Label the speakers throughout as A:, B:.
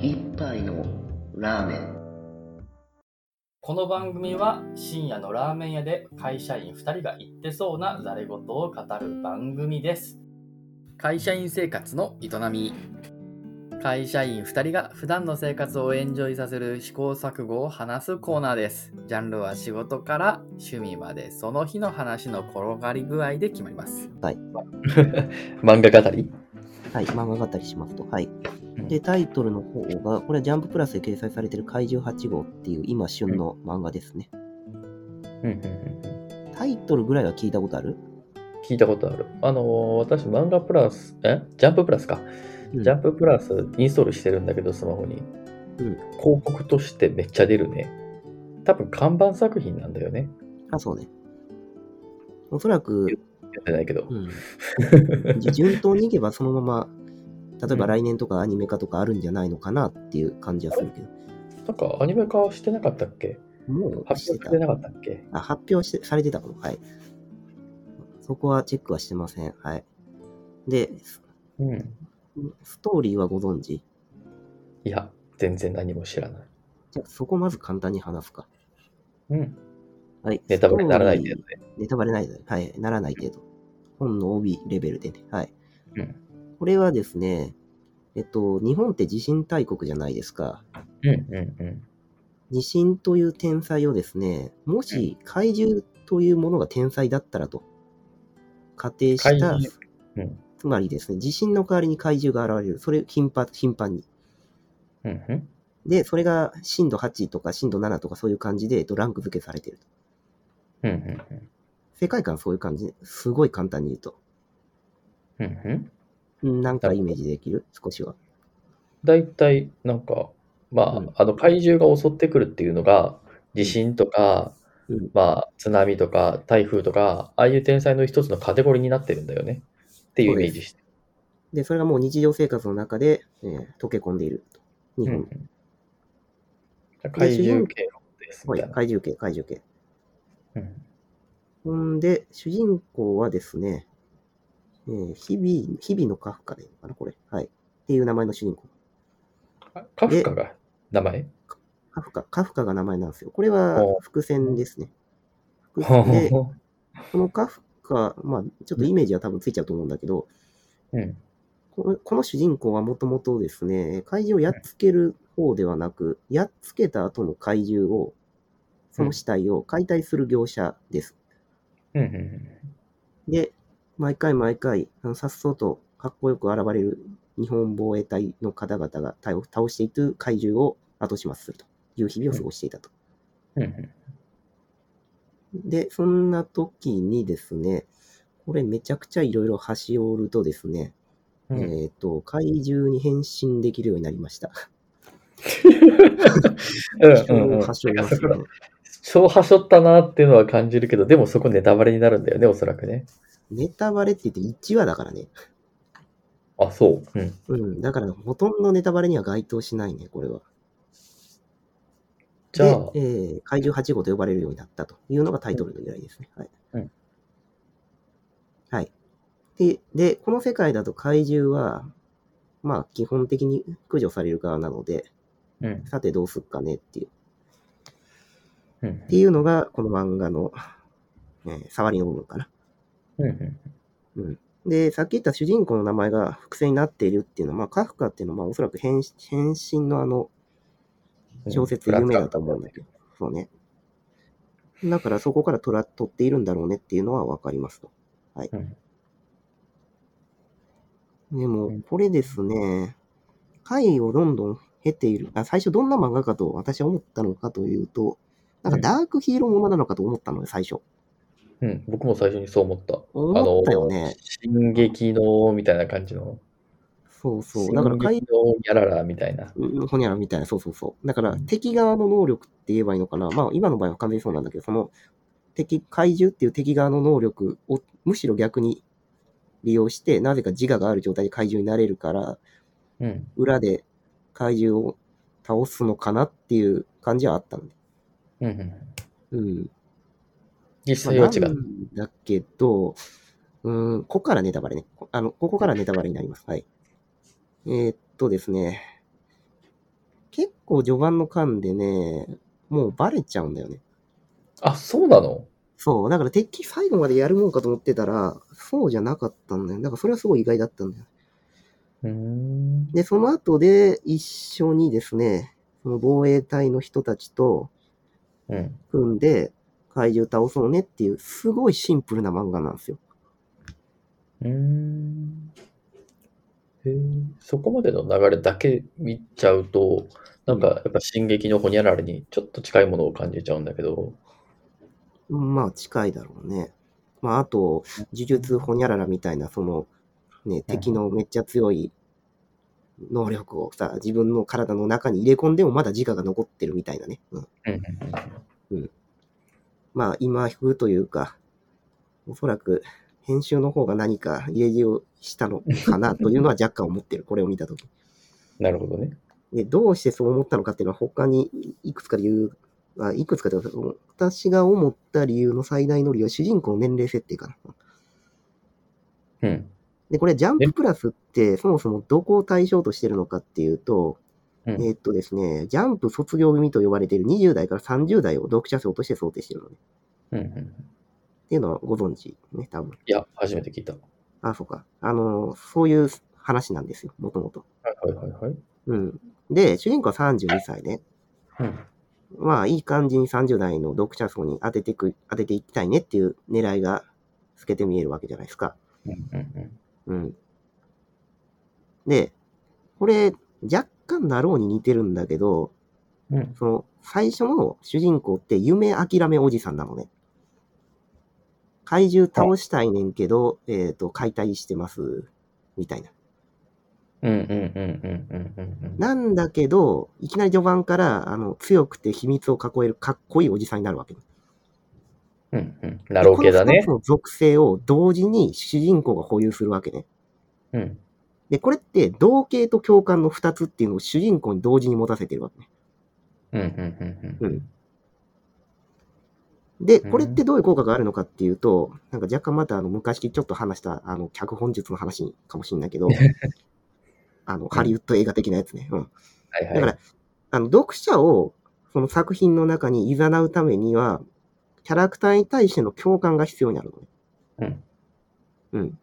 A: 一杯のラーメン
B: この番組は深夜のラーメン屋で会社員2人が言ってそうなざれ言を語る番組です
C: 会社員生活の営み
B: 会社員2人が普段の生活をエンジョイさせる試行錯誤を話すコーナーですジャンルは仕事から趣味までその日の話の転がり具合で決まります
C: 漫画語り
A: はい漫画語りしますとはいでタイトルの方がこれはジャンププラスで掲載されてる怪獣8号っていう今旬の漫画ですね
C: うんうんうん
A: タイトルぐらいは聞いたことある
C: 聞いたことあるあのー私漫画プラスえジャンププラスか、
A: うん
C: ジャンププラスインストールしてるんだけどスマホに、
A: うん
C: 広告としてめっちゃ出るね多分看板作品なんだよね
A: あそうねおそらく、
C: やってないけど、
A: うん、じ順当にいけばそのまま例えば来年とかアニメ化とかあるんじゃないのかなっていう感じはするけど
C: なんかアニメ化してなかったっけ
A: もう
C: 発
A: してた
C: 表してなかったっけ
A: あ発表してされてたかもはいそこはチェックはしてませんはいでス
C: うん
A: ストーリーはご存知
C: いや全然何も知らない
A: じゃあそこまず簡単に話すか
C: うん
A: はい
C: ネタバレにならないってやつ
A: ス
C: ね
A: トーリーネタバレないではいならない程度本の帯レベルでねはい、
C: うん
A: これはですねえっと日本って地震大国じゃないですか
C: うんうんうん
A: 二神という天才をですね、もし怪獣というものが天才だったらと仮定し
C: 怪
A: た
C: 獣、うん
A: つまりですね、地震の代わりに怪獣が現れる。それ頻繁頻繁に。
C: うんうん
A: で、それが震度8とか震度7とかそういう感じで、えっと、ランク付けされてると。
C: うんうん
A: 世界観そういう感じね。すごい簡単に言うと。
C: うんうんうん
A: うんなんかイメージできる少しは。
C: 大体なんか、まあ、
A: うん
C: あの怪獣が襲ってくるっていうのが地震とか、
A: うん
C: まあ、津波とか台風とかああいう天災の一つのカテゴリーになってるんだよねっていうイメージして。
A: で、それがもう日常生活の中で、えー溶け込んでいると。日
C: うん
A: 本、
C: うん怪獣系です
A: は
C: み
A: い
C: たいな。
A: 怪獣系、怪獣系。
C: うん
A: ほんで、主人公はですね、えー日々、日々のカフカでいいのかな、これ。はい。っていう名前の主人公。
C: カフカが名前
A: カフカ、カフカが名前なんですよ。これは
C: ほう
A: 伏線ですね。伏
C: ほう
A: 線
C: ほう
A: で、
C: ほ
A: このカフカ、まあ、ちょっとイメージは多分ついちゃうと思うんだけど、
C: ううん
A: このこの主人公はもともとですね、怪獣をやっつける方ではなく、やっつけた後の怪獣を、その死体を解体する業者です。
C: うんうん
A: で、毎回毎回、あのさっそうとかっこよく現れる日本防衛隊の方々が倒倒していく怪獣を後始末するという日々を過ごしていたと。
C: うんうん
A: で、そんな時にですね、これめちゃくちゃいろいろ端を折るとですね、
C: うんうん
A: えっ、と、怪獣に変身できるようになりました。
C: うんうん
A: 端を折りますよね。
C: 超はしょったなっていうのは感じるけど、でもそこネタバレになるんだよね、おそらくね。
A: ネタバレって言って1話だからね。
C: あ、そう。うん。
A: うん。だからほとんどネタバレには該当しないね、これは。
C: じゃあ、
A: でえー怪獣8号と呼ばれるようになったというのがタイトルの由来ですね。はい。
C: うん
A: はい。で、で、この世界だと怪獣は、まあ、基本的に駆除される側なので、
C: うん
A: さてどうすっかねっていう。
C: うん
A: っていうのが、この漫画の、えー触りの部分かな。
C: うんうん
A: で、さっき言った主人公の名前が伏線になっているっていうのは、まあ、カフカっていうのは、まあ、おそらく変変身のあの、
C: うん
A: 小説有名だと思うんだけど、そうね。だからそこから取ら取っているんだろうねっていうのはわかりますと。はい。
C: うん
A: でも
C: うん、
A: これですね、回をどんどん経ているあ、最初どんな漫画かと私は思ったのかというと、なんかダークヒーローものなのかと思ったのよ、最初。
C: うん、僕も最初にそう思った。
A: 思ったよね。
C: あの、進撃のみたいな感じの。
A: そうそう。だから
C: 進
A: 回
C: 撃のやららみたいな。
A: うんほにゃらみたいな、そうそうそう。だから、敵側の能力って言えばいいのかな。まあ、今の場合は完全にそうなんだけど、その、敵、怪獣っていう敵側の能力を、むしろ逆に利用して、なぜか自我がある状態で怪獣になれるから、
C: うん。
A: 裏で怪獣を倒すのかなっていう感じはあったので。
C: うんうん、
A: うん。
C: 実
A: まあ
C: 際は違
A: な
C: う。
A: んだけど、うん、ここからネタバレね。こあの、ここからネタバレになります。はい。えーっとですね。構序盤の間でね、もうバレちゃうんだよね。
C: あ、そうなの
A: そう、だから敵最後までやるもんかと思ってたら、そうじゃなかったんだよ。だからそれはすごい意外だったんだよ。
C: うーん。
A: で、その後で一緒にですね、その防衛隊の人たちと
C: うん。
A: 組んで怪獣倒そうねっていう、すごいシンプルな漫画なんですよ。
C: うーん。へえ、そこまでの流れだけ見ちゃうと、なんかやっぱ進撃のほにゃららにちょっと近いものを感じちゃうんだけど、
A: まあ近いだろうね。まああと、呪術ほにゃららみたいな、その、ね、敵のめっちゃ強い能力をさ、自分の体の中に入れ込んでもまだ自我が残ってるみたいなね。うん、
C: うんうん
A: まあ今風というか、おそらく編集の方が何か入れ知恵をしたのかなというのは若干思ってる。これを見たとき。
C: なるほどね。
A: で、どうしてそう思ったのかっていうのは他にいくつか理由、あいくつかというか、私が思った理由の最大の理由は主人公の年齢設定かな。
C: うん。
A: で、これ、ジャンププラスって、そもそもどこを対象としてるのかっていうと、
C: うん
A: えーっとですね、ジャンプ卒業組と呼ばれている20代から30代を読者層として想定してるのね。
C: うんうん。
A: っていうのはご存知ね、多分。
C: いや、初めて聞いた。は
A: あ、そうか。あのー、そういう話なんですよ、もともと。
C: いはいはいはい。
A: うん。で、主人公は32歳で、
C: うん。
A: まあ、いい感じに30代の読者層に当ててく、当てていきたいねっていう狙いが透けて見えるわけじゃないですか。
C: うんうん
A: うん。で、これ、若干だろうに似てるんだけど、
C: うん。うん。
A: その、最初の主人公って夢諦めおじさんなのね。怪獣倒したいねんけど、えっ、と、解体してます、みたいな。
C: うんうんうんうんうんうんうん。
A: なんだけど、いきなり序盤から、あの、強くて秘密を囲えるかっこいいおじさんになるわけ。
C: うんうん。なろうけだ
A: で
C: ね
A: こ。の二つの属性を同時に主人公が保有するわけね。
C: うん。
A: で、これって、同型と共感の二つっていうのを主人公に同時に持たせてるわけね。
C: うんうん
A: う
C: うんん
A: で、
C: うん
A: これってどういう効果があるのかっていうと、なんか若干またあの昔ちょっと話したあの脚本術の話かもしれないけ ど、あのハリウッド映画的なやつね。うん。
C: はいはい。
A: だから、あの読者をその作品の中に誘うためには、キャラクターに対しての共感が必要になるのね。
C: うん。
A: うん。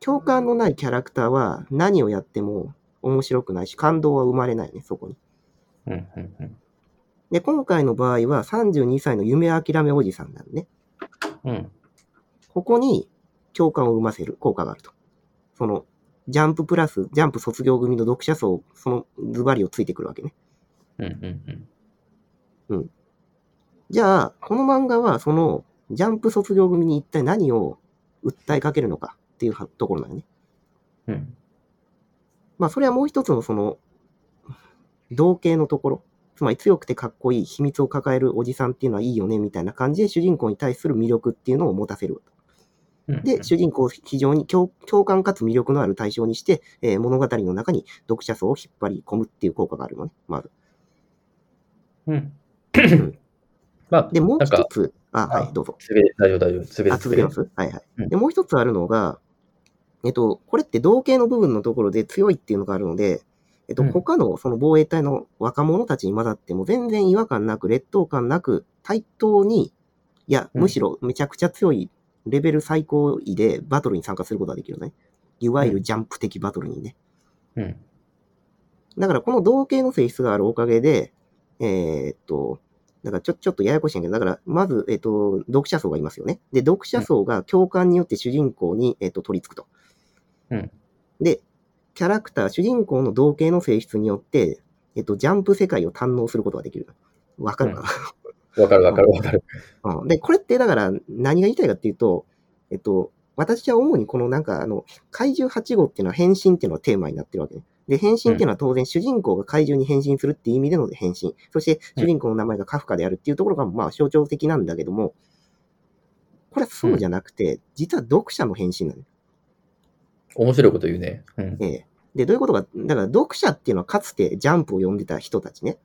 A: 共感のないキャラクターは何をやっても面白くないし、感動は生まれないよね、そこに。
C: うんうんうん。
A: で、今回の場合は32歳の夢諦めおじさんなのね。
C: うん。
A: ここに共感を生ませる効果があると。その、ジャンププラス、ジャンプ卒業組の読者層、そのズバリをついてくるわけね。
C: うんうん
A: じゃあ、この漫画はその、ジャンプ卒業組に一体何を訴えかけるのかっていうはところなのね。
C: うん。うん。
A: まあ、それはもう一つのその、同型のところ。つまり強くてかっこいい秘密を抱えるおじさんっていうのはいいよねみたいな感じで主人公に対する魅力っていうのを持たせる。
C: うん
A: で、主人公を非常に共共感かつ魅力のある対象にして、えー物語の中に読者層を引っ張り込むっていう効果があるのね、まず。
C: うん
A: ん。
C: まあ、
A: で、もう
C: なん
A: 一
C: か、
A: つ、あ、
C: あ
A: はい、どうぞ。
C: 滑り、大丈夫大丈夫。滑り
A: あ、続けますはいは
C: う
A: い。
C: ん
A: で、もう一つあるのが、えっと、これって同型の部分のところで強いっていうのがあるので、えっと、
C: うん
A: 他のその防衛隊の若者たちに混ざっても全然違和感なく、劣等感なく、対等に、いや、
C: うん
A: むしろめちゃくちゃ強い、レベル最高位でバトルに参加することができるのね。いわゆるジャンプ的バトルにね。
C: うん。
A: だからこの同型の性質があるおかげで、えーっと、だからちょ、ちょっとややこしいんやけど、だから、まず、えっと、読者層がいますよね。で、読者層が共感によって主人公に、えっと、取り付くと。
C: うん
A: で、キャラクター、主人公の同型の性質によって、えっと、ジャンプ世界を堪能することができる。わかるか
C: わかるわかるわかる。
A: な、うん、で、これって、だから、何が言いたいかっていうと、えっと、私は主にこのなんか、あの、怪獣8号っていうのは変身っていうのがテーマになってるわけね。で、変身っていうのは当然主人公が怪獣に変身するっていう意味での変身。そして主人公の名前がカフカであるっていうところがまあ象徴的なんだけども、これはそうじゃなくて、実は読者の変身なの。
C: 面白いこと言うね。うん。
A: ええ。で、どういうことか、だから読者っていうのはかつてジャンプを読んでた人たちね、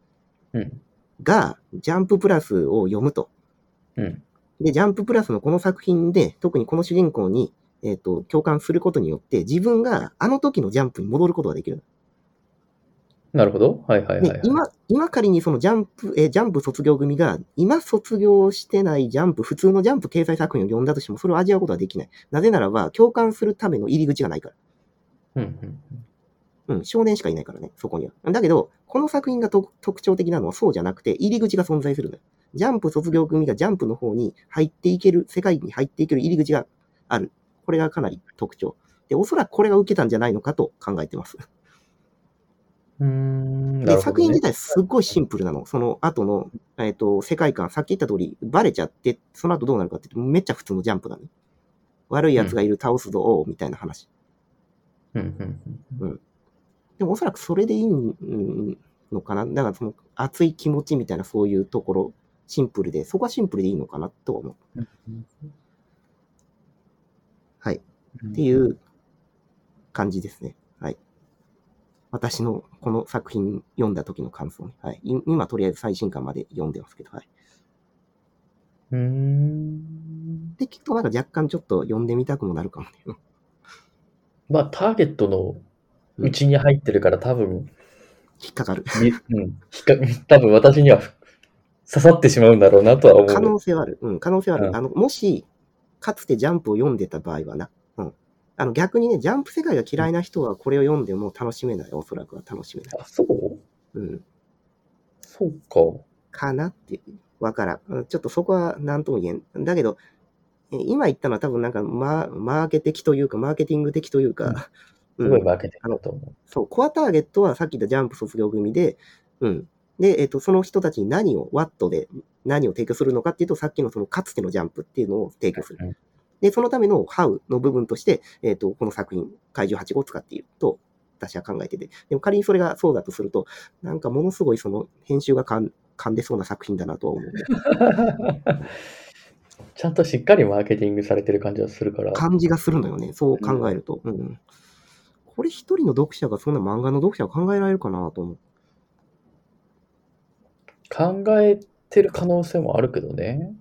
C: うん。
A: が、ジャンププラスを読むと。
C: うん。
A: で、ジャンププラスのこの作品で、特にこの主人公に、えっ、と、共感することによって、自分があの時のジャンプに戻ることができる。
C: なるほど。はいはいはい、は
A: ね
C: い。
A: 今、今仮にそのジャンプ、えージャンプ卒業組が、今卒業してないジャンプ、普通のジャンプ掲載作品を読んだとしても、それを味わうことはできない。なぜならば、共感するための入り口がないから。
C: うんうん
A: うん、少年しかいないからね、そこには。だけど、この作品がと特徴的なのはそうじゃなくて、入り口が存在するのよ。ジャンプ卒業組がジャンプの方に入っていける、世界に入っていける入り口がある。これがかなり特徴。で、おそらくこれが受けたんじゃないのかと考えてます。
C: うん。うーんな
A: で
C: るほ
A: 作
C: ど、
A: 品
C: ね
A: 自。体すっごいシンプルなの。その後の、えっ、と、世界観、さっき言った通り、バレちゃって、その後どうなるかって言うと、めっちゃ普通のジャンプなのよ。悪い奴がいる、倒すぞ、おうみたいな話。
C: うんうん
A: でもおそらくそれでいいんのかな。だからその熱い気持ちみたいなそういうところ、シンプルで、そこはシンプルでいいのかなとは思う。はい。
C: うん。
A: っていう感じですね。はい。私のこの作品読んだ時の感想ね。はい。い今とりあえず最新刊まで読んでますけど、はい。
C: うーん。
A: で、きっとなんか若干ちょっと読んでみたくもなるかもね。 うん
C: まあ、ターゲットのうちに入ってるから、多分、
A: 引っかかる。
C: みうん、ひか 多分私には刺さってしまうんだろうなとは
A: 可
C: 思う。
A: 能性はある。うん、可能性はある。
C: うん
A: あの、もし、かつてジャンプを読んでた場合はな。うん。あの、逆にね、ジャンプ世界が嫌いな人はこれを読んでも楽しめない。おそらくは楽しめない。
C: あ、そ
A: う
C: う
A: ん。
C: そうか。
A: かなっていう。わからんうん。ちょっとそこは何とも言えん。だけど、え今言ったのは多分なんかマ、マーケ的というか、マーケティング的というか、う
C: す
A: ん
C: ごいマーケティングだと思
A: そう、コアターゲットはさっき言ったジャンプ卒業組で、うん。で、えっ、と、その人たちに何を、ワットで何を提供するのかっていうと、さっきのそのかつてのジャンプっていうのを提供する。
C: うん
A: で、そのためのハウの部分として、えっ、と、この作品、怪獣8号を使っていると、私は考えてて。でも仮にそれがそうだとすると、なんかものすごいその編集がかん噛んでそうな作品だなとは 思う。
C: う。ちゃんとしっかりマーケティングされてる感じはするから。
A: 感じがするのよね。そう考えると。うん。これ一人の読者がそんな漫画の読者は考えられるかなと思う。
C: 考えてる可能性もあるけどね。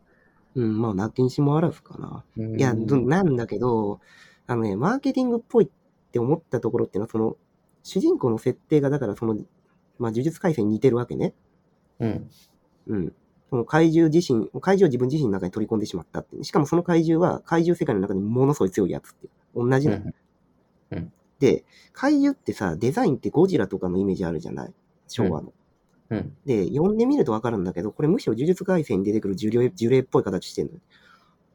A: うん、まあ、なきにしもあらずかな。
C: うん
A: いや、どなんだけど、あのね、マーケティングっぽいって思ったところっていうのは、その、主人公の設定が、だからその、まあ、呪術廻戦に似てるわけね。
C: うん。
A: うん。その怪獣自身、怪獣を自分自身の中に取り込んでしまったって。しかもその怪獣は、怪獣世界の中でものすごい強いやつって。同じなの。
C: うんうん
A: で、怪獣ってさ、デザインってゴジラとかのイメージあるじゃない昭和の。
C: うん。
A: で、読んでみるとわかるんだけど、これむしろ呪術廻戦に出てくる呪霊呪霊っぽい形してる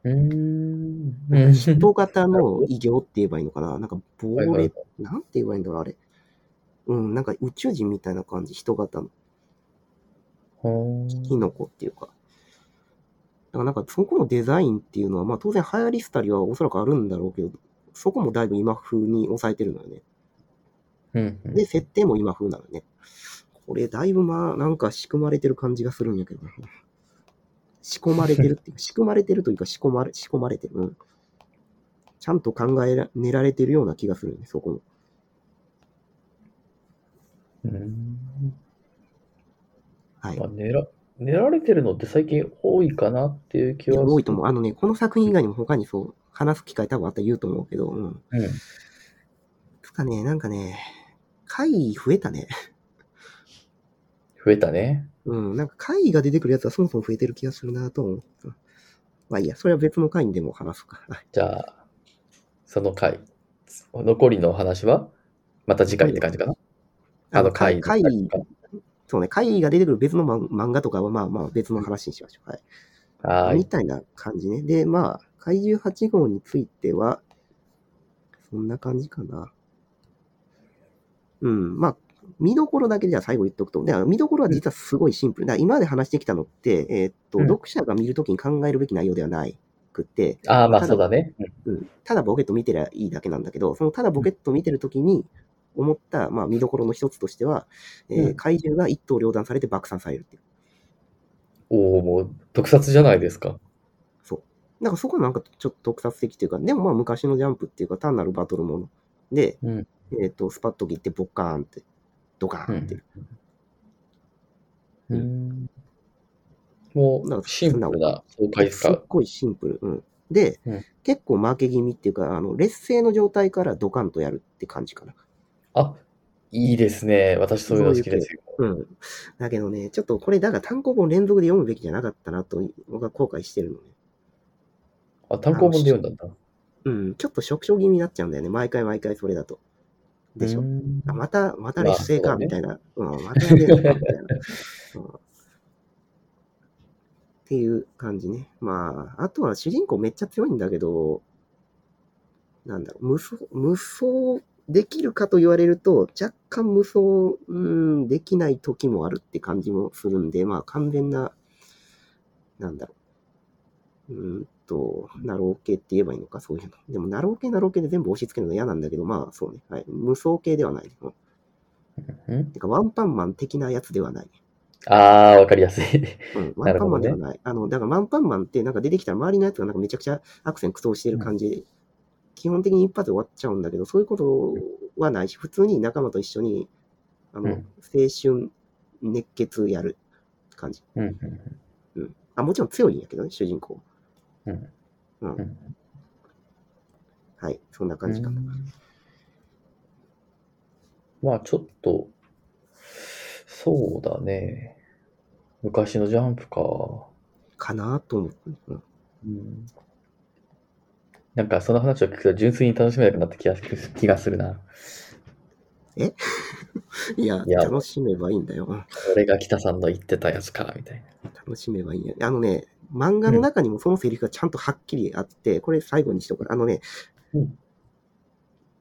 A: のよ。
C: うん。うん。
A: 人型の異形って言えばいいのかななんか、亡
C: はいはい
A: 霊なんて言えばいいんだろう、あれ。うん、なんか宇宙人みたいな感じ、人型の
C: ほ
A: キノコっていうか。だからなんか、そこのデザインっていうのは、まあ当然流行り廃りはおそらくあるんだろうけど、そこもだいぶ今風に抑えてるのよね。
C: ーうん。
A: で、設定も今風なのね。これ、だいぶまあ、なんか仕組まれてる感じがするんやけどな。仕込まれてる っていうか、仕組まれてるというか、仕込まれ、仕込まれてる。うん。ちゃんと考えら、練られてるような気がするよね、そこの。
C: うん。
A: はい
C: まあ、。寝ら、寝られてるのって最近多いかなっていう気
A: いや
C: は
A: 多いと思う。あのね、この作品以外にも他にそう、話す機会多分あったら言うと思うけど、うん。
C: う。うん。
A: つかね、なんかね、怪異増えたね。
C: 増えたね。
A: うん。なんか怪異が出てくるやつはそもそも増えてる気がするなと思う。うんまあいいや、それは別の回にでも話すか。はい
C: じゃあ、その回、残りのお話は、また次回って感じかな。あの回。
A: 怪異、そうね、怪異が出てくる別の漫漫画とかはまあまあ別の話にしましょう。はい。
C: はー
A: み
C: い。
A: たいな感じね。で、まあ、怪獣8号については、そんな感じかな。うん、まあ、見どころだけじゃあ最後言っとくと。だから見どころは実はすごいシンプル。だから今まで話してきたのって、えーっと、
C: うん
A: 読者が見るときに考えるべき内容ではないくって、
C: ああ、まあそうだね。
A: うん、ただボケット見てりゃいいだけなんだけど、そのただボケット見てるときに思った、まあ、見どころの一つとしては、えー
C: うん
A: 怪獣が一刀両断されて爆散されるっていう。
C: おお、もう特撮じゃないですか。
A: なんかそこはなんかちょっと特撮的というか、でもまあ昔のジャンプっていうか単なるバトルもので、
C: うん
A: えっ、と、スパッと切ってボッカーンって、ドカーンって。う
C: も
A: なん
C: う
A: か
C: シンプルな爽快
A: すっ
C: さ。
A: ごいシンプル。うん、で、
C: うん
A: 結構負け気味っていうか、あの劣勢の状態からドカンとやるって感じかな。
C: あ、いいですね。私そういうの好きですよ。
A: うん。だけどね、ちょっとこれ、だから単行本連続で読むべきじゃなかったなと、僕は後悔してるのね。
C: あ、単行本で読んだんだ。
A: うん、ちょっと食傷気味になっちゃうんだよね。毎回毎回それだと。でしょ
C: う。ん
A: あまた、また劣勢
C: ま
A: か、
C: あそうね
A: みたいな。うん、またやれるか、みたいな、うん。っていう感じね。まあ、あとは主人公めっちゃ強いんだけど、なんだろう、無双、無双できるかと言われると、若干無双、うん、できない時もあるって感じもするんで、まあ、完全な、なんだろう。うーんと、ナロー系って言えばいいのか、そういうの。でも、ナロー系、ナロー系で全部押し付けるの嫌なんだけど、まあ、そうね。はい。無双系ではない。うん
C: うん
A: てか、ワンパンマン的なやつではない。
C: あー、わかりやす
A: う
C: い。
A: ん、ワ ン
C: なる
A: パン
C: ほ
A: マン
C: どね
A: ではない。あの、だからワンパンマンってなんか出てきたら周りのやつがなんかめちゃくちゃアクセン苦闘してる感じで、基本的に一発で終わっちゃうんだけど、そういうことはないし、普通に仲間と一緒に、あの、
C: うん
A: 青春熱血やる感じ。
C: うんうん
A: うん。あ、もちろん強いんやけどね、主人公。
C: うん
A: うん。
C: うん
A: はい、そんな感じかな。
C: うんまあちょっと、そうだね。昔のジャンプか。
A: かなと思って、うん。
C: うんなんかその話を聞くと純粋に楽しめなくなった気が気がするな。
A: いや、
C: いや
A: 楽しめばいいんだよ。うん
C: これが北さんの言ってたやつか、みたい
A: 楽しめばいいんや。あのね、漫画の中にもそのセリフがちゃんとはっきりあって、これ最後にしとくから。あのね、
C: うん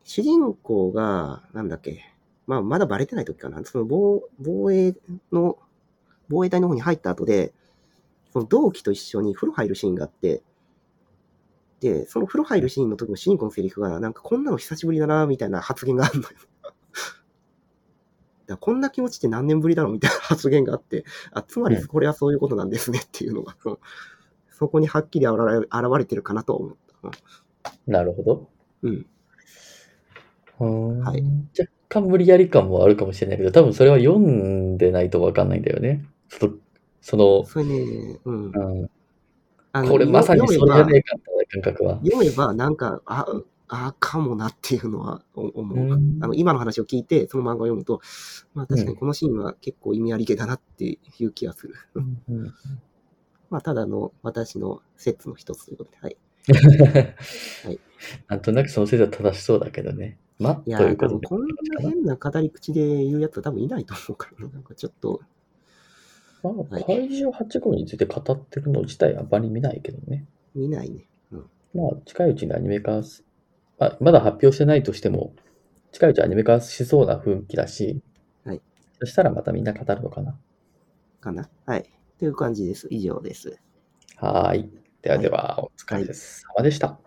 A: 主人公が、なんだっけ、まあ、まだバレてない時かな。その防防衛の、防衛隊の方に入った後で、その同期と一緒に風呂入るシーンがあって、で、その風呂入るシーンの時の主人公のセリフが、なんかこんなの久しぶりだな、みたいな発言があるのよ。だ からこんな気持ちって何年ぶりだろうみたいな発言があって、あ、つまり
C: うん
A: これはそういうことなんですねっていうのが、そのそこにはっきり現れ現れてるかなとは思った。うん
C: な。なるほど。
A: うん。
C: うん
A: はい
C: 若干無理やり感もあるかもしれないけど、多分それは読んでないとわかんないんだよね。その、その
A: それね、うん。
C: うん、
A: あの
C: これまさにそれじゃ
A: 読
C: ね
A: め
C: えかって感覚は
A: ば、。読めばなんか、あ、あ、かもなっていうのはお思う。
C: うん
A: あの今の話を聞いて、その漫画を読むと、まあ確かにこのシーンは結構意味ありげだなっていう気がする。
C: うん
A: まあただの私の説の一つということで、 はい。い
C: なんとなくその説は正しそうだけどね。ま
A: いや
C: と
A: ー、
C: いう
A: 多
C: こ
A: 分
C: と
A: こんな
C: で。
A: 変な語り口で言うやつは多分いないと思うから、なんかちょっと、
C: まあ、怪獣8号について語ってるの自体はあまり見ないけどね。
A: 見ないね。うん
C: まあ、近いうちにアニメ化す、まあ、まだ発表してないとしても、近いうちアニメ化しそうな雰囲気だし、
A: はい
C: そしたらまたみんな語るのかな。
A: かな。はい。という感じです。以上です。
C: はーい。ではでは、お疲れ様でした。